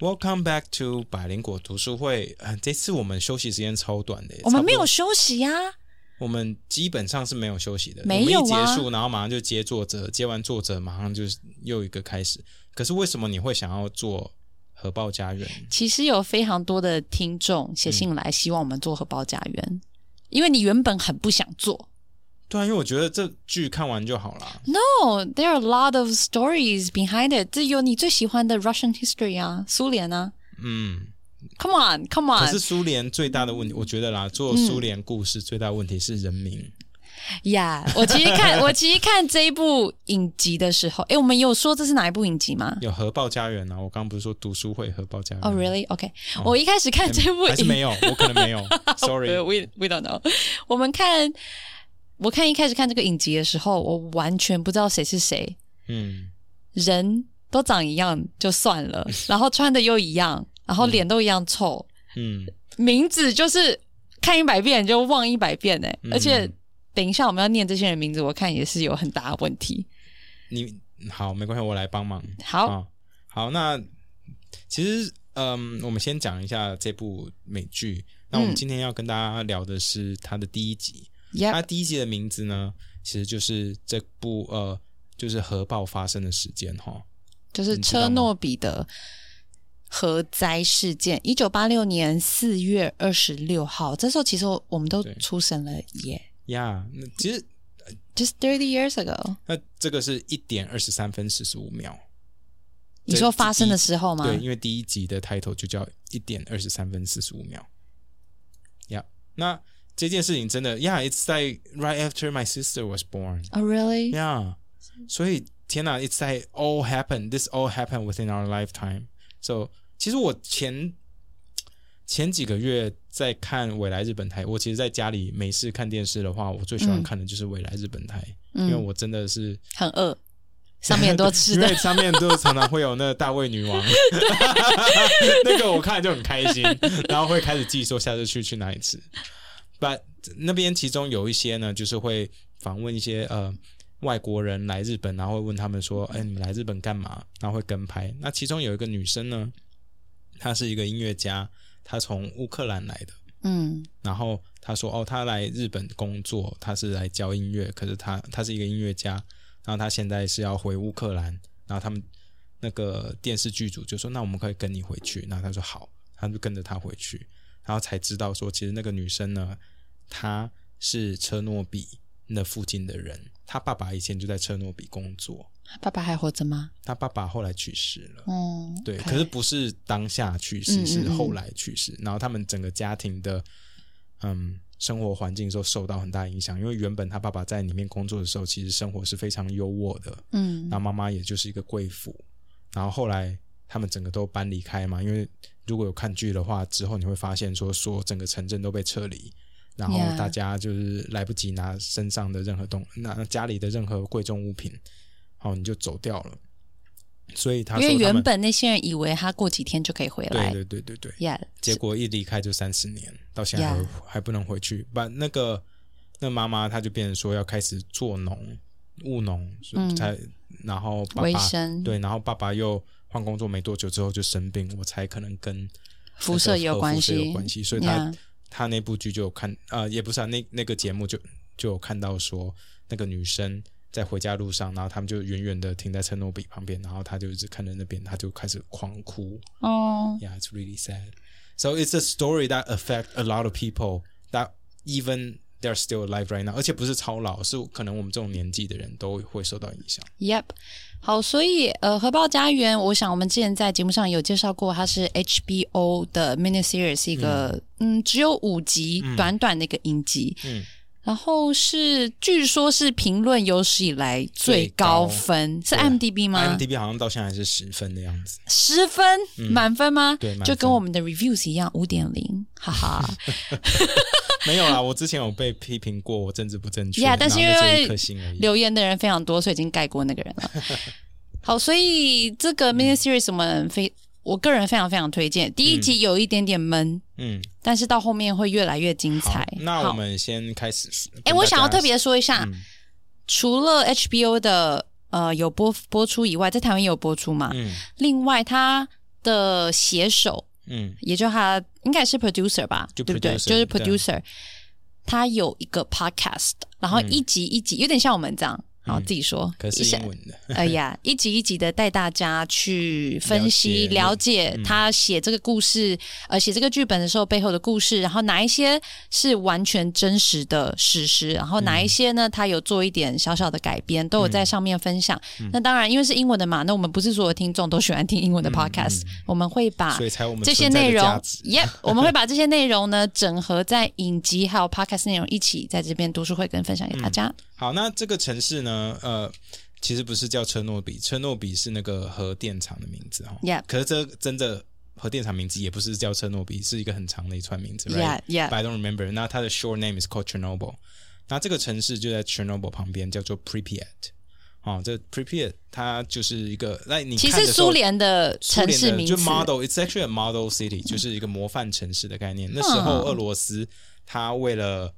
Welcome back to 百灵果读书会。啊、这次我们休息时间超短的，我们差不没有多，休息啊呀、我们基本上是没有休息的。没有啊我们一结束，然后马上就接作者，接完作者，马上就是又一个开始。可是为什么你会想要做核爆家园？其实有非常多的听众写信来，希望我们做荷包家园，因为你原本很不想做。对啊，因为我觉得这剧看完就好啦。 No, Oh, there are a lot of stories behind it。这有你最喜欢的 Russian history 啊，苏联啊。嗯， Come on, come 可 on。是苏联最大的问题，我觉得嗯啦，做苏联故事最大的问题是人民。呀我其实 看我其实看这一部影集的时候，诶，我们有说这是哪一部影集吗？有核爆家园啊，我刚刚不是说读书会核爆家园哦、吗 r e a l l y OK，、我一开始看这部还是影没有？我可能 没有，sorry。呃 we we don't know。我们看，我看一开始看这个影集的时候，我完全不知道谁是谁，嗯，人都长一样就 算了，然后穿的又一样，然后脸都一样臭，嗯，名字就是看一百遍就忘一百遍哎、嗯而且等一下我们要念这些人名字，我看也是有很大的问题。你好，没关系，我来帮忙。好，啊好，那其实，嗯，我们先讲一下这部美剧。那我们嗯今天要跟大家聊的是它的第一集。 y e 它第一集的名字呢，其实就是这部呃，就是核爆发生的时间哈。就是你知道吗车诺比的核灾事件，一九八六年四月二十六号，这时候其实我们都对出生了耶呀、那其实，just thirty years ago。那这个是一点二十三分四十五秒。你说发生的时候吗？对，因为第一集的 title 就叫一点二十三分四十五秒。呀、那这件事情真的呀、yeah,，it's like right after my sister was born。 Oh, really? Yeah，所以天哪，It's like all happened. This all happened within our lifetime. So，其实我前前几个月在看《未来日本台》，我其实在家里没事看电视的话，我最喜欢看的就是《未来日本台》因为嗯，我真的是很饿，上面很多吃 因的为。上面都常常会有那个大胃女王， 那个我看了就很开心，然后会开始记说下次去去哪里吃。But 那边其中有一些呢，就是会访问一些呃外国人来日本，然后会问他们说：“哎，你们来日本干嘛？”然后会跟拍。那其中有一个女生呢，她是一个音乐家，她从乌克兰来的。嗯然后他说：“哦，他来日本工作，他是来教音乐，可是他他是一个音乐家，然后他现在是要回乌克兰，然后他们那个电视剧组就说：那我们可以跟你回去。然后他说好，他就跟着他回去，然后才知道说，其实那个女生呢，她是车诺比那附近的人，她爸爸以前就在车诺比工作，爸爸还活着吗？她爸爸后来去世了。”嗯，对， OK 可是不是当下去世，嗯嗯是嗯后来去世。然后他们整个家庭的，嗯，生活环境都受到很大影响。因为原本他爸爸在里面工作的时候，其实生活是非常优渥的。嗯那妈妈也就是一个贵妇。然后后来他们整个都搬离开嘛，因为如果有看剧的话，之后你会发现说，说整个城镇都被撤离。然后 Yeah 大家就是来不及拿身上的任何东，拿家里的任何贵重物品，好，你就走掉了。所以他因为说他原们本那些人以为他过几天就可以回来。对对对对对， Yeah，结果一离开就三十年，到现在还 Yeah 还不能回去。把那个那妈妈她就变成说要开始做农务农，所以嗯才然后爸维爸生对，然后爸爸又换工作没多久之后就生病，我才可能跟辐射也有那个核关辐射系有关系。所以他 Yeah 他那部剧就有看，呃，也不是啊，那那个节目就就有看到说那个女生。在回家路上，然后他们就远远的停在车诺比旁边，然后他就一直看着那边，他就开始狂哭。哦， Yeah, it's really sad. So it's a story that affect a lot of people that even they're still alive right now，而且不是超老，是可能我们这种年纪的人都会受到影响。 Yep，好，所以呃，《核爆家园》，我想我们之前在节目上有介绍过，它是 HBO 的 miniseries，是一个嗯只有五集、短短的一个影集，嗯，然后是据说是评论有史以来最高分，是对 IMDB 吗？ IMDB 好像到现在还是十分的样 子。十分、满分吗？嗯对满分就跟我们的 reviews 一样，五点零，哈哈。没有啦，我之前有被批评过，我政治不正确。 Yeah，但是因为然后那只有一颗星而已。留言的人非常多，所以已经盖过那个人 了。好，所以这个嗯 mini series 我们非我个人非常非常推荐。第一集有一点点闷，嗯，但是到后面会越来越精好彩。，那好我们先开始。哎、我想要特别说一跟下，大家，除了 HBO 的呃有播播出以外，在台湾也有播出嘛。嗯另外，它的写手，嗯，也就他应该是 producer 吧，就对不对？ producer，就对是 producer，他有一个 podcast，然后一集一集，有点像我们这样，然后自己说，嗯可一是下英文的， 哎呀，一集一集的带大家去分析、了嗯了解他写这个故事，呃，写这个剧本的时候背后的故事，然后哪一些是完全真实的史实，然后哪一些呢，他有做一点小小的改编，都有在上面分享。嗯那当然，因为是英文的嘛，那我们不是所有听众都喜欢听英文的 podcast，、我们会把所以嗯才有我们啊这些存在的内容价值 ，Yep，我们会把这些内容呢整合在影集还有 podcast 内容一起在这边读书会跟分享给大家。好，那这个城市呢，呃，其实不是叫车诺比，车诺比是那个核电厂的名字哈。 Yep 可是这真的核电厂名字也不是叫车诺比，是一个很长的一串名字。 Yeah, right? yeah. But I don't remember. 那它的 short name is called Chernobyl。那这个城市就在 Chernobyl 旁边，叫做 Pripyat。哦，这 Pripyat 它就是一个，那你其看实的时候苏联的城市名就词 model，it's actually a model city，、就是一个模范城市的概念。嗯那时候俄罗斯它为了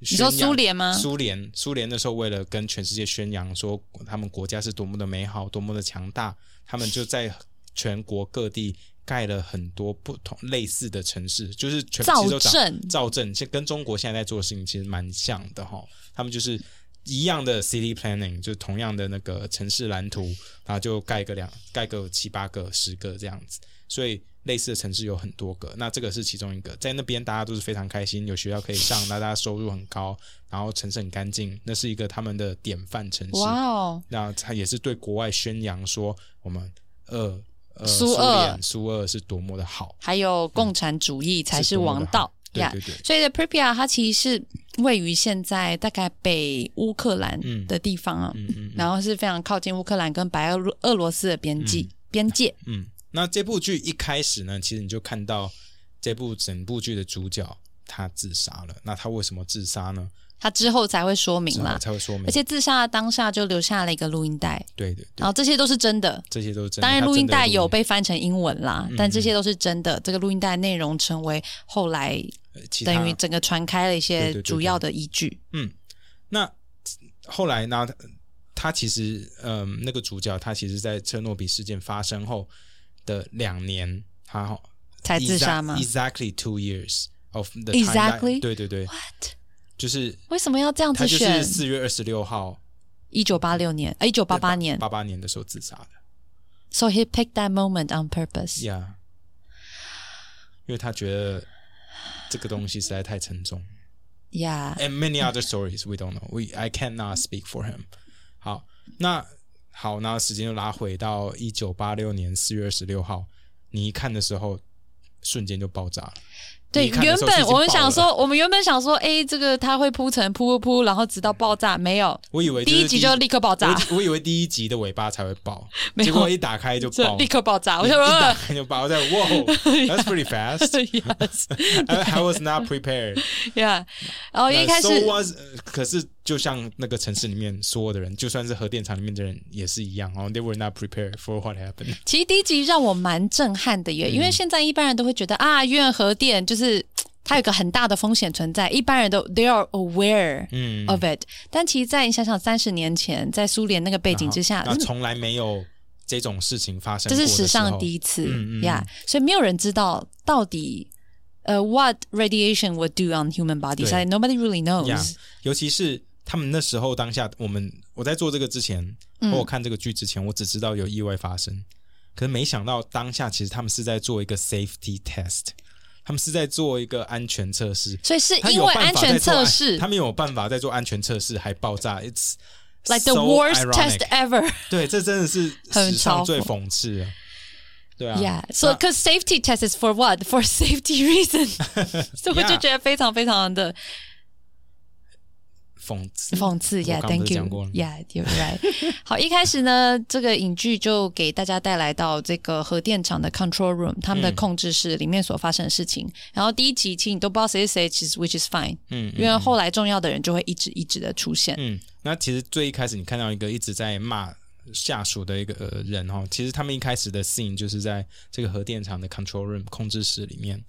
你说苏联吗苏联，苏联那时候为了跟全世界宣扬说他们国家是多么的美好，多么的强大，他们就在全国各地盖了很多不同类似的城市，就是全造其实都长镇造镇，其实跟中国现在在做的事情其实蛮像的哈。他们就是一样的 city planning，就同样的那个城市蓝图，然后就盖个两盖个七八个、十个这样子。所以类似的城市有很多个，那这个是其中一个。在那边大家都是非常开心，有学校可以上，那大家收入很高，然后城市很干净，那是一个他们的典范城市。哇哦，那他也是对国外宣扬说，我们俄呃苏俄俄联苏俄是多么的好，还有共产主义才是王道对呀。对对，所以的 Pripyat 它其实是位于现在大概北乌克兰的地方啊，嗯嗯然后是非常靠近乌克兰跟白俄罗俄罗斯的边际、边界。嗯。那这部剧一开始呢，其实你就看到这部整部剧的主角他自杀了。那他为什么自杀呢？它之后才会说明之后啦，才会说明而。且自杀的当下就留下了一个录音带，对对对，然后这些都是真的。这些都是真的。嗯当然，他录音真的带有被翻成英文啦，但这些都是真的。这个录音带内容成为后来呃其他等于整个传开了对对一些对主对要的依据。那后来呢？他他其实，嗯，那个主角他其实，在车诺比事件发生后的两年，他好才自杀吗 exact-？Exactly two years of the time that- Exactly？对对对 What？就是为什么要这样他子就选是？四月二十六号一九八六年，哎一九八八年。八八年的时候自杀的 So he picked that moment on purpose. ，Yeah，因为他觉得这个东西实在太沉重。 Yeah. and many other stories we don't know. We I cannot speak for him. 好，那好，那时间就拉回到一九八六年四月二十六号，你一看的时候，瞬间就爆炸了。对，你一看的原时候本是我已们经爆了想，说，我们原本想说，哎，这个它会铺陈铺铺铺，然后直到爆炸，没有，我以为第是一集就立刻爆炸，我我以为第一集的尾巴才会爆， 没结有果一打开就这 爆，立刻爆炸。我 一想说打呃开就爆，我在哇，That's pretty fast. 呃，Yes, I, I was not prepared. yeah。然 后一开始 So was，呃可是就像那个城市里面所有的人，就算是核电厂里面的人也是一样哦，They were not prepared for what happened. 其实第一集让我蛮震撼的嗯耶，因为现在一般人都会觉得啊，因为核电就是嘖它有一个很大的风险存在，一般人都 they are aware 嗯 of it，、但其实，在你想想三十年前，在苏联那个背景之下，啊那嗯从来没有这种事情发生这过的是时候，史上第一次嗯嗯嗯呀所以没有人知道到底呃、what radiation would do on human body，对 so nobody really 呀 knows。尤其是他们那时候当下，我们我在做这个之前，嗯或我看这个剧之前，我只知道有意外发生，可是没想到当下其实他们是在做一个 safety test，他们是在做一个安全测试。所以是他因有为办安法在全做测试他们有办法在做安全测试还爆炸，it's ，like the so worst ironic test ever。对，这真的是很史上嘲最讽讽刺了。对啊 Yeah, so 那 because safety test is for what? For safety reason. 所以我就 Yeah. 觉得非常非常的讽刺讽刺。Yeah, 我刚不 thank 是 you. 讲过了吗 Yeah, you're right. 好，一开始呢，这个影剧就给大家带来到这个核电厂的 control room，他嗯们的控制室里面所发生的事情。然后第一集其实你都不知道谁是谁，其实 which is fine，嗯因为后来重要的人就会一直一直的出现。嗯，那其实最一开始你看到一个一直在骂下属的一个呃人哦，其实他们一开始的 scene 就是在这个核电厂的 control room 控制室里面，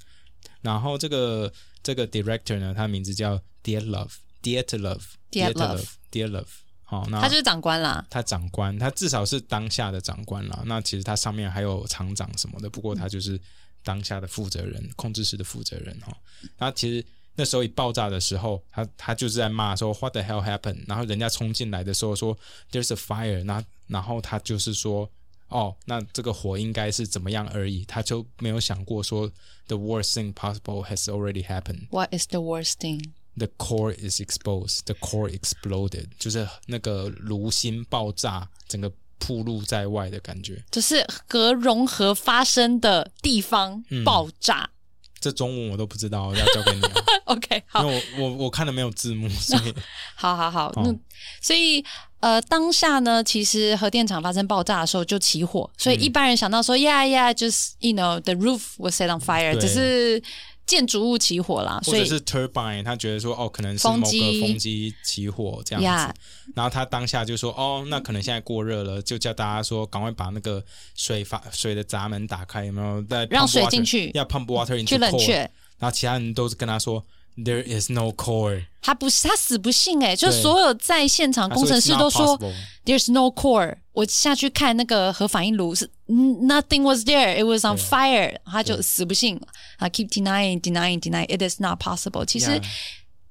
然后这个这个 director 呢，他名字叫 Dear Love，Dear to Love，Dear Dear to Love Love，Dear Love，好、那他就是长官啦。他长官，他至少是当下的长官啦。那其实他上面还有厂长什么的，不过他就是当下的负责人，控制室的负责人哈。那其实那时候一爆炸的时候，他他就是在骂说 “What the hell happened？” 然后人家冲进来的时候说 “There's a fire”，然后然后他就是说。哦，那这个火应该是怎么样而已，他就没有想过说 the worst thing possible has already happened。 What is the worst thing？ The core is exposed. The core exploded，就是那个炉心爆炸，整个暴露在外的感觉。就是核融合发生的地方嗯爆炸。 这中文我都不知道，要交给你了， OK，好因，为我我我看了没有 字幕，所以好好好，哦那、所以呃，当下呢，其实核电厂发生爆炸的时候就起火，所以嗯一般人想到说、y e a h yeah，just you know the roof was set on fire，对只是建筑物起火啦，或所者以是 turbine，他觉得说哦，可能是风某个机风机起火这样呀子，然后他当下就说哦，那可能现在过热了，就叫大家说赶快把那个水阀水的闸门打开，有没有？在让水进去要 pump water into 去冷 core，却。然后其他人都是跟他说 there is no core，他不是，他死不信哎、就对所有在现场他啊工程 "It's 师 not 都说 possible There's no core。我下去看那个核反应炉是嗯 Nothing was there, it was on fire。他就死不信啊，keep denying, denying, denying. It is not possible。其实 Yeah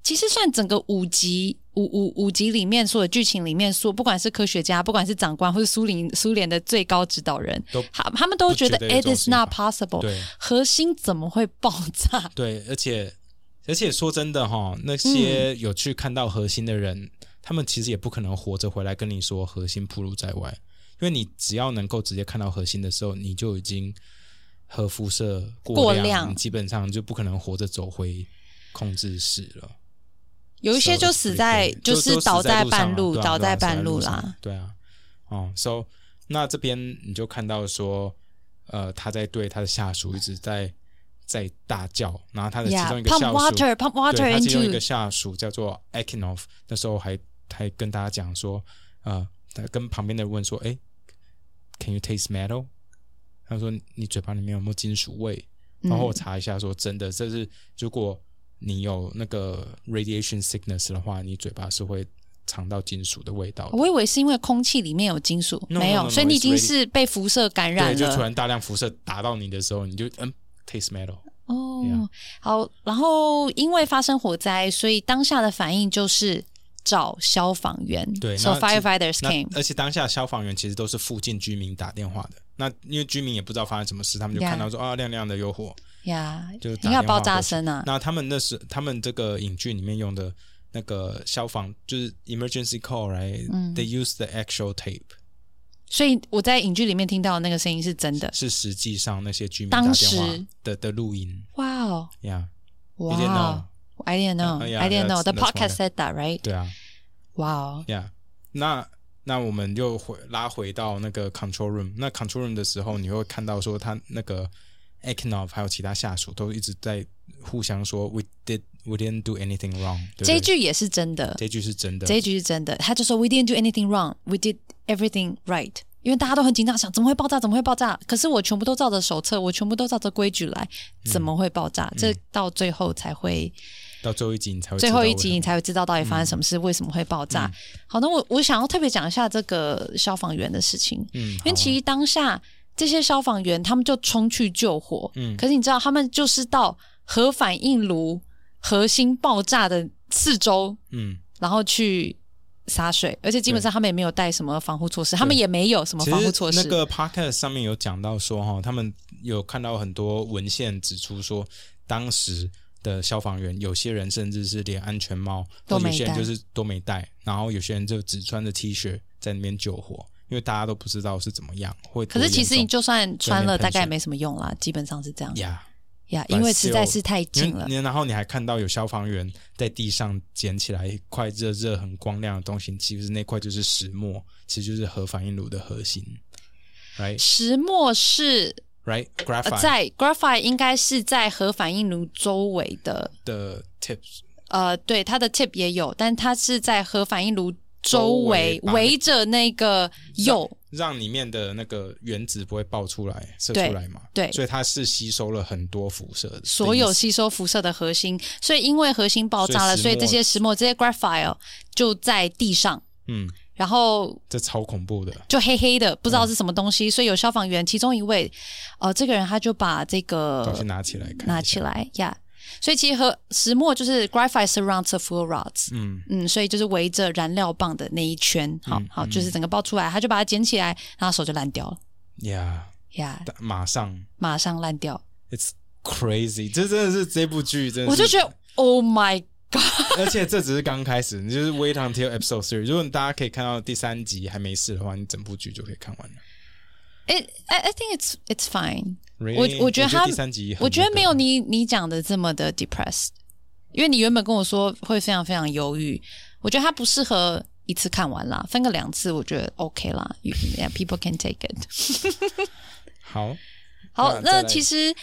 其实算整个五集五五五集里面所有剧情里面说，不管是科学家，不管是长官，或是苏联苏联的最高指导人都，他他们都觉得不觉得有 It 这种 is not 想 possible。对。核心怎么会爆炸？对，而且而且说真的哈、那些有去看到核心的人，他们其实也不可能活着回来跟你说核心暴露在外，因为你只要能够直接看到核心的时候，你就已经核辐射过过量，量你基本上就不可能活着走回控制室了。有一些就死在 So it's pretty 就 good 是都倒死在半路路，上啊，倒对啊在半路。对啊死啦上。对啊，哦，so 那这边你就看到说，呃，他在对他的下属一直在在大叫，然后他的其 Yeah, 中一个 pump 下属 water, pump 对 water 他其中一 into 个下属叫做 Akinov，那时候还还跟大家讲说，呃，他跟旁边的人问说，哎，Can you taste metal？他说你嘴巴里面有没有金属味？然嗯后我查一下说，真的，这是如果你有那个 radiation sickness 的话，你嘴巴是会尝到金属的味道的。哦我以为是因为空气里面有金属， No, 没 no, no, 有，所以 no, 你 it's 已经是被辐射感染对，就突了。然大量辐射打到你的时候，你就嗯 taste metal。哦 Yeah，好，然后因为发生火灾，所以当下的反应就是找消防员。对那，so 其 firefighters 那呃 came。而且当下消防员其实都是附近居民打电话的，那因为居民也不知道发生什么事，他们就 Yeah 看到说啊亮亮的有火，呀，就是打应该有电爆话炸过去声啊！那他们那是他们这个影剧里面用的那个消防就是 emergency call 来、t 嗯 h e y use the actual tape 所以我在影剧里面听到的那个声音是真的。是实际上那些居民打当电话时的的录音哇哦，呀哇 didn't 哦 I didn't know. Uh, yeah, I didn't know. The that's- that's podcast said that, right? 对啊哇哦，呀那那我们就回拉回到那个 control room，那 control room 的时候，你会看到说他那个 Akinov 还有其他下属都一直在互相说 we did we didn't do anything wrong，对不对这一句也是真的。这一句是真的，这一局是真的，他就说 We didn't do anything wrong, we did everything right。因为大家都很紧张，想怎么会爆炸？怎么会爆炸？可是我全部都照着手册，我全部都照着规矩来，嗯怎么会爆炸？这到最后才会，到最后一集你才会最知后道嗯一为集什你么才会知道到底发生什么事，为什么会爆炸。好，那我我想要特别讲一下这个消防员的事情，嗯，因为好其实当下这些消防员他们就冲去救火，嗯可是你知道他们就是到核反应炉核心爆炸的四周嗯。然后去洒水，而且基本上他们也没有带什么防护措施，他们也没有什么其防护实措那施。个 podcast 上面有讲到说，哈，他们有看到很多文献指出说，当时的消防员有些人甚至是连安全帽，都或者没有些人戴就是都没戴，然后有些人就只穿着 T 恤在那边救火，因为大家都不知道是怎么样会多可严重。是其实你就算穿在那了，边喷大水概也没什么用啦，基本上是这样呀，呀 but 因为实在是太近因为了你。然后你还看到有消防员在地上捡起来一块热热很光亮的东西，其实那块就是石墨，其实就是核反应炉的核心，right 石墨是 right 呃 graphite 在 graphite 应该是在核反应炉周围的，的 tips。呃，对，它的 tip 也有，但它是在核反应炉周围周围把那围着那个铀，让里面的那个原子不会爆出来、射对出来嘛？对所以它是吸收了很多辐射的，所有吸收辐射的核心，所以因为核心爆炸了，所所以以石墨这些石墨这些 graphite 哦就在地上。嗯，然后这超恐怖的，就黑黑的，不知道是什么东西，所以有消防员，其中一位，呃，这个人他就把这赶快个拿起来看，呃拿起，来呀。所以其实和石墨就是 graphite surrounds the fuel rods，嗯，嗯，所以就是围着燃料棒的那一圈，好嗯好，嗯就是整个爆出来，他就把它捡起来，然后手就烂掉了，呀、呀、但马上马上烂掉。 ，it's crazy，这真的是这部剧，真的我是就觉得，Oh my， 而且这只是刚开始，你就是 wait until episode three。如果大家可以看到第三集还没事的话，你整部剧就可以看完了。 it, I I think it's it's fine。 Really？我我我觉得他第三集很那个，我觉得没有你你讲的这么的 depressed，因为你原本跟我说会非常非常忧郁，我觉得它不适合一次看完啦，分个两次我觉得 OK 啦 You- yeah,，people can take it。好，好，那再那来其实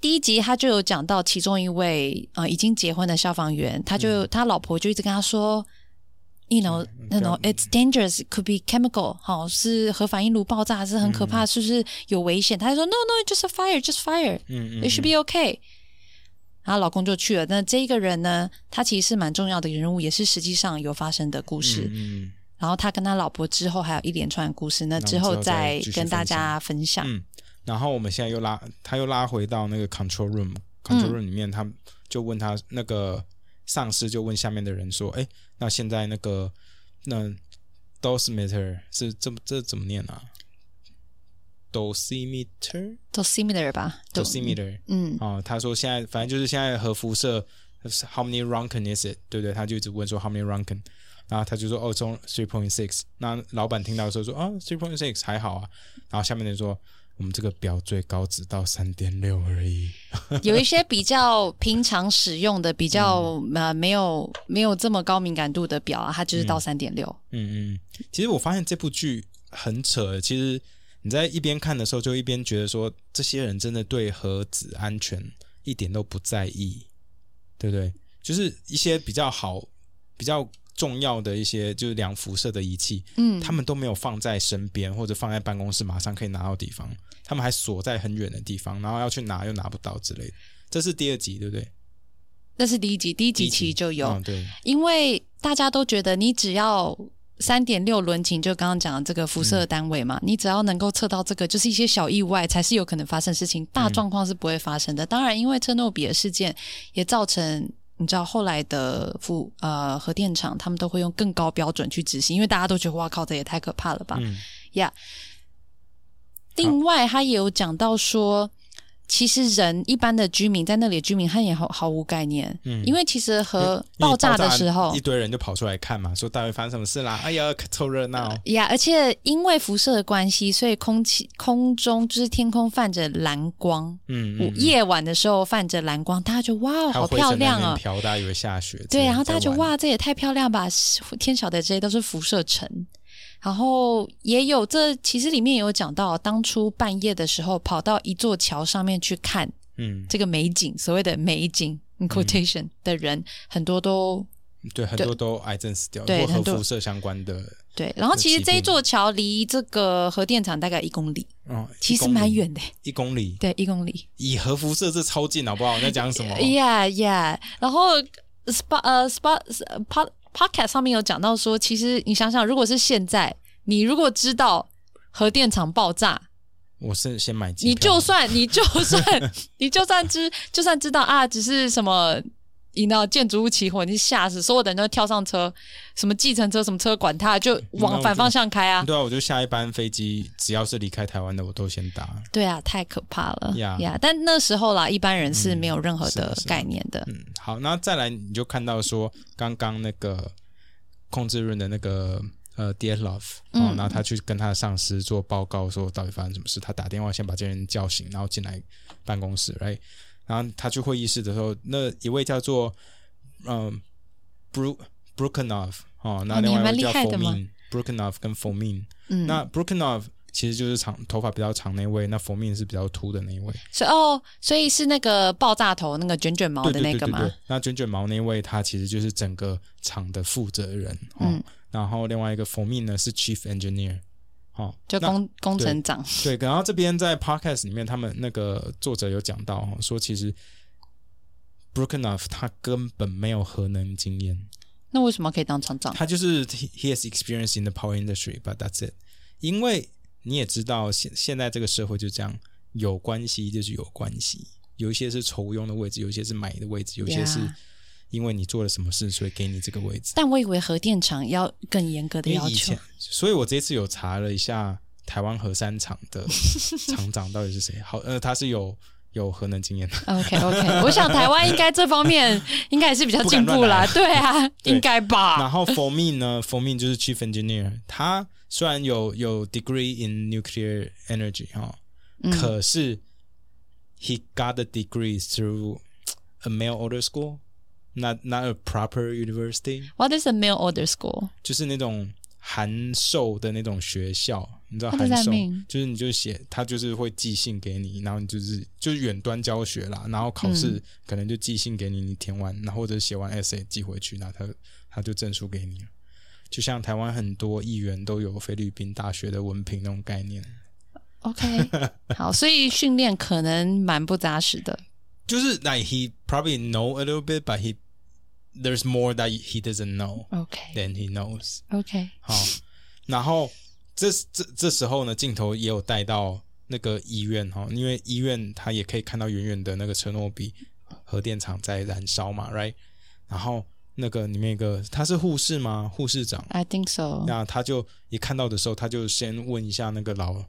第一集他就有讲到其中一位呃已经结婚的消防员，他就、他老婆就一直跟他说。You know, 嗯不要 you know, it's dangerous. It could be chemical. 好，是核反应炉爆炸，是很嗯可怕，是不是有危险？他就说，No, no, just a fire, just fire. 嗯嗯 It should be okay。然后老公就去了。那这一个人呢，他其实是蛮重要的人物，也是实际上有发生的故事。嗯嗯然后他跟他老婆之后还有一连串的故事，那那我们之之后后再再继续跟大家分享。嗯。然后我们现在又拉，他又拉回到那个 control room，control room 里面，他就问他那个上司就问下面的人说：“哎，那现在那个那 dosimeter 是这这怎么念啊？dosimeter，dosimeter。都 similar 吧？都 dosimeter 嗯哦，他说现在反正就是现在核辐射是 how many Rankin is it？对不对？他就一直问说 how many Rankin，然后他就说哦，从 three point six。那老板听到的时候说啊，three point six 还好啊。然后下面的人说我们这个表最高只到三点六而已。有一些比较平常使用的、比较嗯呃没有没有这么高敏感度的表啊，它就是到三点六。嗯嗯，其实我发现这部剧很扯。其实你在一边看的时候，就一边觉得说，这些人真的对核子安全一点都不在意，对不对？就是一些比较好、比较重要的一些就是量辐射的仪器，嗯他们都没有放在身边或者放在办公室马上可以拿到的地方，他们还锁在很远的地方，然后要去拿又拿不到之类的。这是第二集，对不对？那是第一集，第一第集一其实就有，嗯、对，因为大家都觉得你只要三点六伦琴，就刚刚讲的这个辐射的单位嘛，你只要能够测到这个，就是一些小意外才是有可能发生的事情，大状况是不会发生的。当然，因为车诺比的事件也造成。你知道后来的辐呃核电厂，他们都会用更高标准去执行，因为大家都觉得哇靠，这也太可怕了吧。嗯呀、另外，他也有讲到说，其实人一般的居民在那里的居民，他也毫毫无概念，嗯因为其实和因为呃爆炸的时候一。堆人就跑出来看嘛，说大会发生什么事啦？哎呀，可凑热闹。呀而且因为辐射的关系，所以空气空中就是天空泛着蓝光，嗯，午嗯夜晚的时候泛着蓝光，大家就哇，还有好灰尘漂在那亮边啊！飘，大家以为下雪。对，然后大家就在玩，哇，这也太漂亮吧！天晓得这些都是辐射尘。然后也有这，其实里面有讲到，当初半夜的时候跑到一座桥上面去看嗯，这个美景，所谓的美景 in quotation 的人、很多都对，很多都癌症死掉，对或和很多辐射相关的，对。然后其实这一座桥离这个核电厂大概一公里，嗯，其实一公里蛮，远的，一公里，对，一公里。以核辐射这超近，好 不好？你在讲哎什么？ Yeah, yeah。然后 spot 呃 spot pod podcast 上面有讲到说，其实你想想，如果是现在，你如果知道核电厂爆炸，我是先买机票，你就算你就算你就算知就算知道啊，只是什么。引到建筑物起火，你吓死所有的人都跳上车，什么计程车、什么车，管他，就那我往就反方向开啊！对啊，我就下一班飞机，只要是离开台湾的，我都先打。对啊，太可怕了呀 Yeah 但那时候啦，一般人是没有任何是的的是的概念的。嗯，好，那再来你就看到说，刚刚那个控制润的那个呃 Dear Love，哦，嗯然后他去跟他的上司做报告，说到底发生什么事。他打电话先把这人叫醒，然后进来办公室，right？然后他去会议室的时候，那一位叫做嗯、Bru Brukinov 哦，那哦你另外还一蛮位厉叫害的 Fomin Brukinov 跟 Fomin，、嗯那 Brukinov 其实就是长头发比较长那位，那 Fomin 是比较秃的那一位。所以哦，所以是那个爆炸头那个卷卷毛对哦的对那对个对吗？对，那卷卷毛那位，他其实就是整个厂的负责人哦。嗯然后另外一个 f o m i 呢是 Chief Engineer 哦，就那工工程长，对。然后这边在 Podcast 里面，他们那个作者有讲到哦，说其实 Brookenough 他根本没有核能经验，那为什么可以当厂长？他就是 he has experience in the power industry, but that's it。因为你也知道，现现在这个社会就这样，有关系就是有关系，有一些是酬庸的位置，有一些是买的位置，有一些是 Yeah 因为你做了什么事，所以给你这个位置。但我以为核电厂要更严格的因要为以求前，，所以我这次有查了一下台湾核三厂的厂长到底是谁。好，呃，他是有有核能经验的， OK OK，我想台湾应该这方面应该也是比较进步啦，对啊，对应该吧然后 For Me 呢，For Me 就是 Chief Engineer，他虽然有有 degree in nuclear energy 哈、可是 he got the degree through a mail order school, not not a proper university， ？What is a mail order school？就是那种函授的那种学校，你知道 What 函 does that 授 mean？就是你就写，他就是会寄信给你，然后你就是就是远端教学啦，然后考试可能就寄信给你，你填完，然后或者写完 essay 寄回去，然后他他就证书给你了。就像台湾很多议员都有菲律宾大学的文凭那种概念， OK，好，所以训练可能蛮不扎实的。就是 like he probably know a little bit, but he there's more that he doesn't know OK，OK，、 than he knows. 好，然后这这这时候呢，镜头也有带到那个医院哈、因为医院它也可以看到远远的那个车诺比核电厂在燃烧嘛，right？然后那个里面有一个他是护士吗？护士长， I think so。那他就一看到的时候，他就先问一下那个老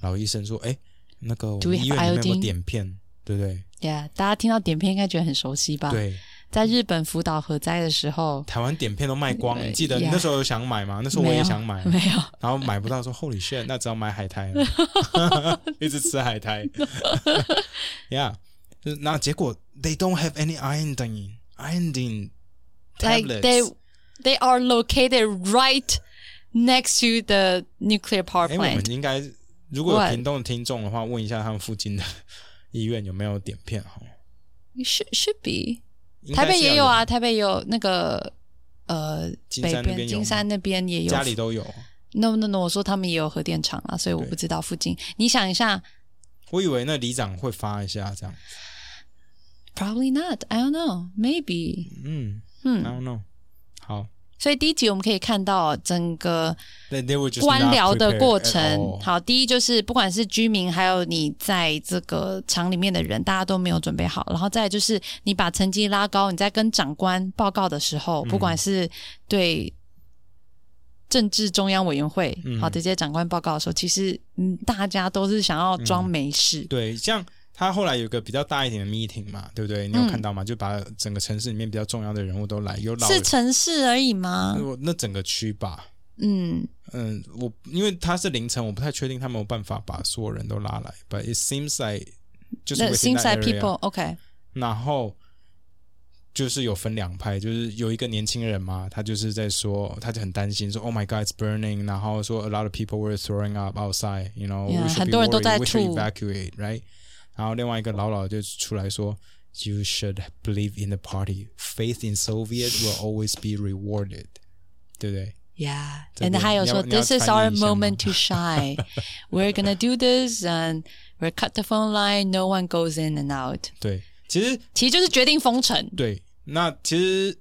老医生说：“哎，那个我 Do 们 we 医 have 院里面有没有 iodine？碘片？对不对？ Yeah，大家听到碘片应该觉得很熟悉吧？，对。”在日本福岛核灾的时候，台湾碘片都卖光，对你记得你呀那时候有想买吗？那时候我没也有想买，没有，然后买不到说 Holy shit，那只好买海苔 了，一直吃海苔。yeah，就是然后结果 They don't have any iodine iodine like tablets。 they they are located right next to the nuclear power 哎，我们 plant。应该如果有 What？屏东的听众的话，问一下他们附近的医院有没有碘片哈？ should should be 应该是台北也要有，啊，台北有那个呃金北山那边边有金吗山那边也有。家里都有。 no no no，我说他们也有核电厂啊，所以我对不知道附近。你想一下我以为那里长会发一下这样， ，probably not。I don't know, maybe。嗯，I 嗯， don't know。好所以第一集我们可以看到整个，They they were just 官 not 僚的 prepared 过 at 程。 all 好，第一就是不管是居民，还有你在这个厂里面的人，大家都没有准备好。然后再来就是你把成绩拉高，你在跟长官报告的时候，嗯不管是对政治中央委员会，嗯好的这些长官报告的时候，其实嗯，大家都是想要嗯装没事。对，像他后来有个比较大一点的 meeting 嘛，对不对？你有嗯看到吗？就把整个城市里面比较重要的人物都来，有老是城市而已吗？我那整个区吧。嗯，嗯，我因为他是凌晨，我不太确定他们有办法把所有人都拉来，but it seems like 就是 that within seems that like area people OK，然后就是有分两派，就是有一个年轻人嘛，他就是在说，他就很担心说，Oh my God, it's burning，然后说 a lot of people were throwing up outside, you know, we Yeah， should 很 be 多人都 worried, 在 we should 吐 evacuate, right？然后另外一个老老就出来说。You should believe in the party. Faith in Soviet will always be rewarded，对 不对？ Yeah. 这 And 边还有你要说你要，This 翻 is 译 our 一下吗 moment to shine. We're gonna do this, and we're cut the phone line. No one goes in and out. 对，其实其实就是决定封城。对，那其实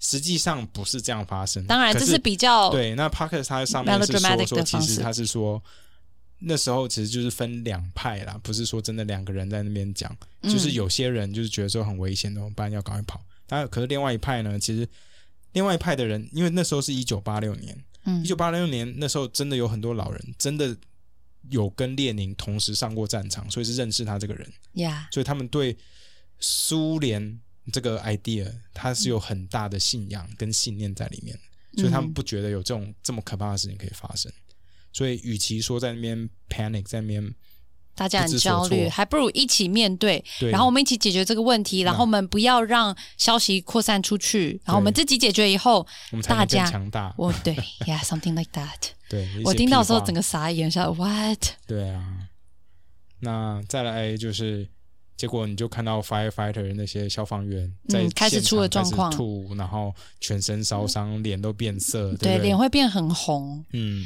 实际上不是这样发生。当然，可这是是比较对，那 Parker 他上面是说 melodramatic 说，的其方实式他是说那时候其实就是分两派啦，不是说真的两个人在那边讲，嗯就是有些人就是觉得说很危险，怎么办？要赶快跑。那可是另外一派呢，其实另外一派的人，因为那时候是一九八六年，嗯一九八六年那时候真的有很多老人真的。有跟列宁同时上过战场，所以是认识他这个人， ，Yeah，所以他们对苏联这个 idea，他是有很大的信仰跟信念在里面。嗯所以他们不觉得有这种这么可怕的事情可以发生。所以，与其说在那边 panic，在那边大家不很知所焦虑，措还不如一起面对，对，然后我们一起解决这个问题，然后我们不要让消息扩散出去，然后我们自己解决以后，我们才能大家更强大。我对，Yeah，something like that。对， 一些我听到的时候屁话整个傻眼，想 What？对啊。那再来就是，结果你就看到 firefighter 那些消防员在嗯开始现场出了状况开始吐，然后全身烧伤，脸都变色，对不对，对脸会变很红。嗯，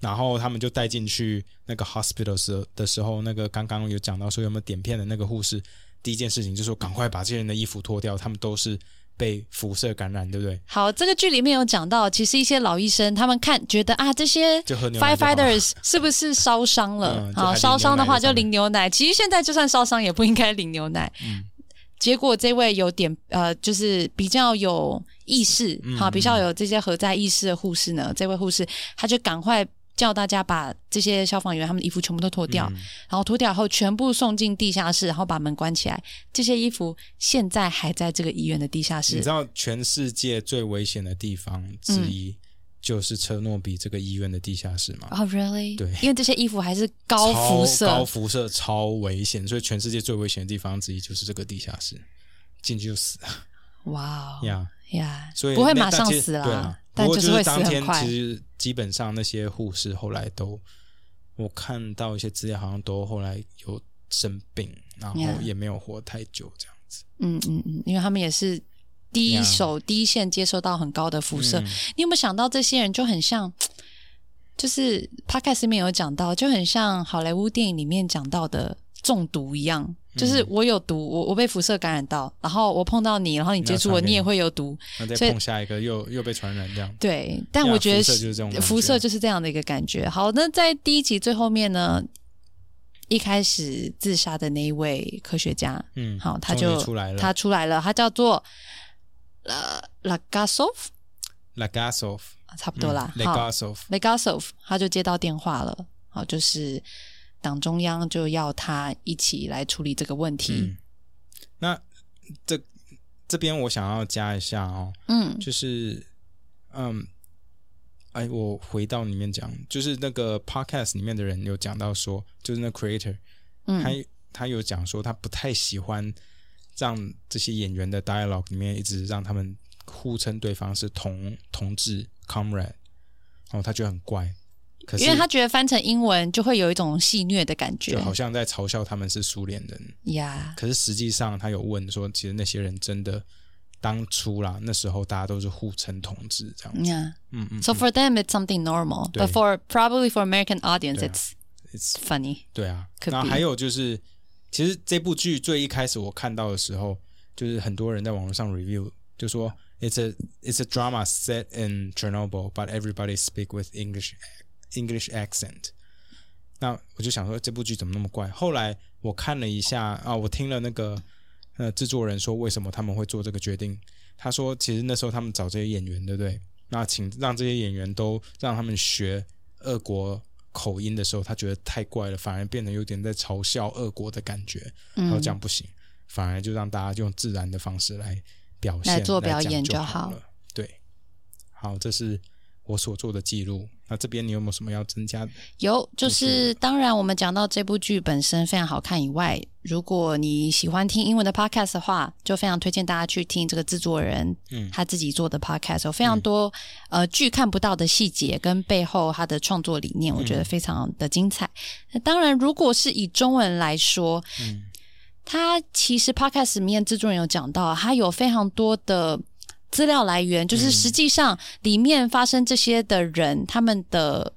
然后他们就带进去那个 hospital 时的时候，那个刚刚有讲到说有没有碘片的那个护士，第一件事情就说赶快把这些人的衣服脱掉，他们都是被辐射感染，对不对？好，这个剧里面有讲到，其实一些老医生他们看觉得啊，这些就喝牛奶就好了 firefighters 是不是烧伤 了嗯？就还好，淋烧伤的话牛奶就就上淋牛奶。其实现在就算烧伤也不应该淋牛奶。嗯结果这位有点呃，就是比较有意识，嗯好，比较有这些合在意识的护士呢，这位护士他就赶快叫大家把这些消防员他们的衣服全部都脱掉，嗯然后脱掉后全部送进地下室，然后把门关起来。这些衣服现在还在这个医院的地下你室知。道全世界最危险的地方之一，嗯就是车诺比这个医院的地下室嘛。哦、r e a l l y 对因为这些衣服还是超哦高辐射，高辐射超危险，所以全世界最危险的地方之一就是这个地下室，进去就死了哇哦呀。呀，所以不会那马上但其实死对啦啊，但不过就就是会死当很天快其。实基本上那些护士后来都，我看到一些资料，好像都后来有生病，然后 Yeah 也没有活太久这样子。嗯嗯嗯，因为他们也是第一 Yeah 手、第一线接收到很高的辐射。嗯你有没有想到这些人就很像，就是 podcast 里面有讲到，就很像好莱坞电影里面讲到的中毒一样。嗯就是我有毒，我我被辐射感染到，然后我碰到你，然后你接触那我，传给你也你会有毒。那再所以碰下一个又又被传染这样。对，但 Yeah，我觉得辐射就是这种感觉辐射就是这样的一个感觉。好，那在第一集最后面呢，一开始自杀的那一位科学家，嗯，好，他终于就出来了。他出来了，他叫做呃 Lagasov， Legasov 差嗯不多啦，好 Legasov Lagasov，他就接到电话了，好，就是党中央就要他一起来处理这个问题嗯，，那这这边我想要加一下哦，嗯就是嗯，哎，我回到里面讲，就是那个 podcast 里面的人有讲到说，就是那 creator，他嗯他有讲说他不太喜欢让这些演员的 dialogue 里面一直让他们互称对方是同同志 comrade，然后他觉得很怪，可是因为他觉得翻成英文就会有一种戏谑的感觉就，好像在嘲笑他们是苏联人。呀，可是实际上，他有问说，其实那些人真的当初啦，那时候大家都是互称同志这样。呀。嗯嗯 So for them, it's something normal, but 对 for probably for American audience, 对啊 it's ，it's funny. 对啊。 Could 然后 be 还有就是，其实这部剧最一开始我看到的时候，就是很多人在网络上 review，就说 it's a it's a drama set in Chernobyl, but everybody speak with English English accent。那我就想说这部剧怎么那么怪？后来我看了一下啊，我听了那个呃制作人说为什么他们会做这个决定。他说其实那时候他们找这些演员，对不对？那请让这些演员都让他们学俄国口音的时候，他觉得太怪了，反而变得有点在嘲笑俄国的感觉。嗯然后这样不行，反而就让大家用自然的方式来表现来做表讲演就就好好了。对，好，这是我所做的记录。那这边你有没有什么要增加的？有，就就是是当然，我们讲到这部剧本身非常好看以外，如果你喜欢听英文的 podcast 的话，就非常推荐大家去听这个制作人嗯他自己做的 podcast，有非常多、呃剧看不到的细节跟背后他的创作理念，我嗯觉得非常的精彩。那当然，如果是以中文来说，嗯他其实 podcast 里面制作人有讲到，他有非常多的资料来源，就是嗯实际上里面发生这些的人、他们的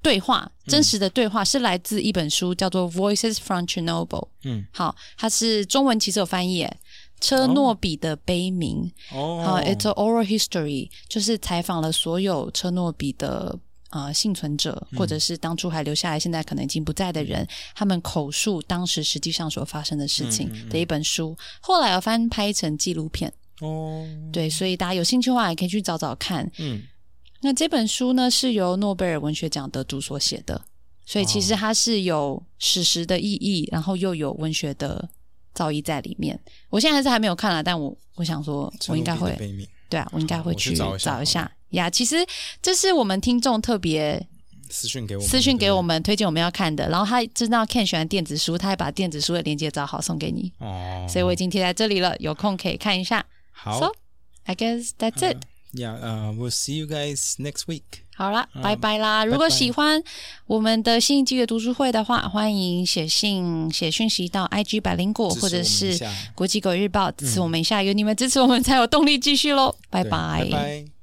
对话，嗯真实的对话是来自一本书，叫做《Voices from Chernobyl》。嗯，好，它是中文其实有翻译耶，《车诺比的悲鸣》好、哦哎 i t s an oral history，就是采访了所有车诺比的呃幸存者，嗯或者是当初还留下来，现在可能已经不在的人，他们口述当时实际上所发生的事情嗯的一本书，后来有翻拍成纪录片。哦，对，所以大家有兴趣的话，也可以去找找看。嗯那这本书呢，是由诺贝尔文学奖得主所写的，所以其实它是有史实的意义，然后又有文学的造诣在里面。我现在还是还没有看了，但我我想说，我应该车路比会的悲鸣对啊，我应该好会我去去找一下找一下呀。其实这是我们听众特别私讯给我们，私讯给我们们推荐我们要看的，然后他知道 Ken 喜欢电子书，他还把电子书的链接找好送给你，哦，所以我已经贴在这里了，有空可以看一下。好 So I guess that's it，、 ，Yeah，呃、w e l l see you guys next week。好啦，嗯拜拜啦！如果喜欢我们的新一季的读书会的话，欢迎写信写讯息到 IG 百灵果支持或者我们一是下嗯国际狗日报，支持我们一下，有你们支持我们才有动力继续喽，拜对拜拜。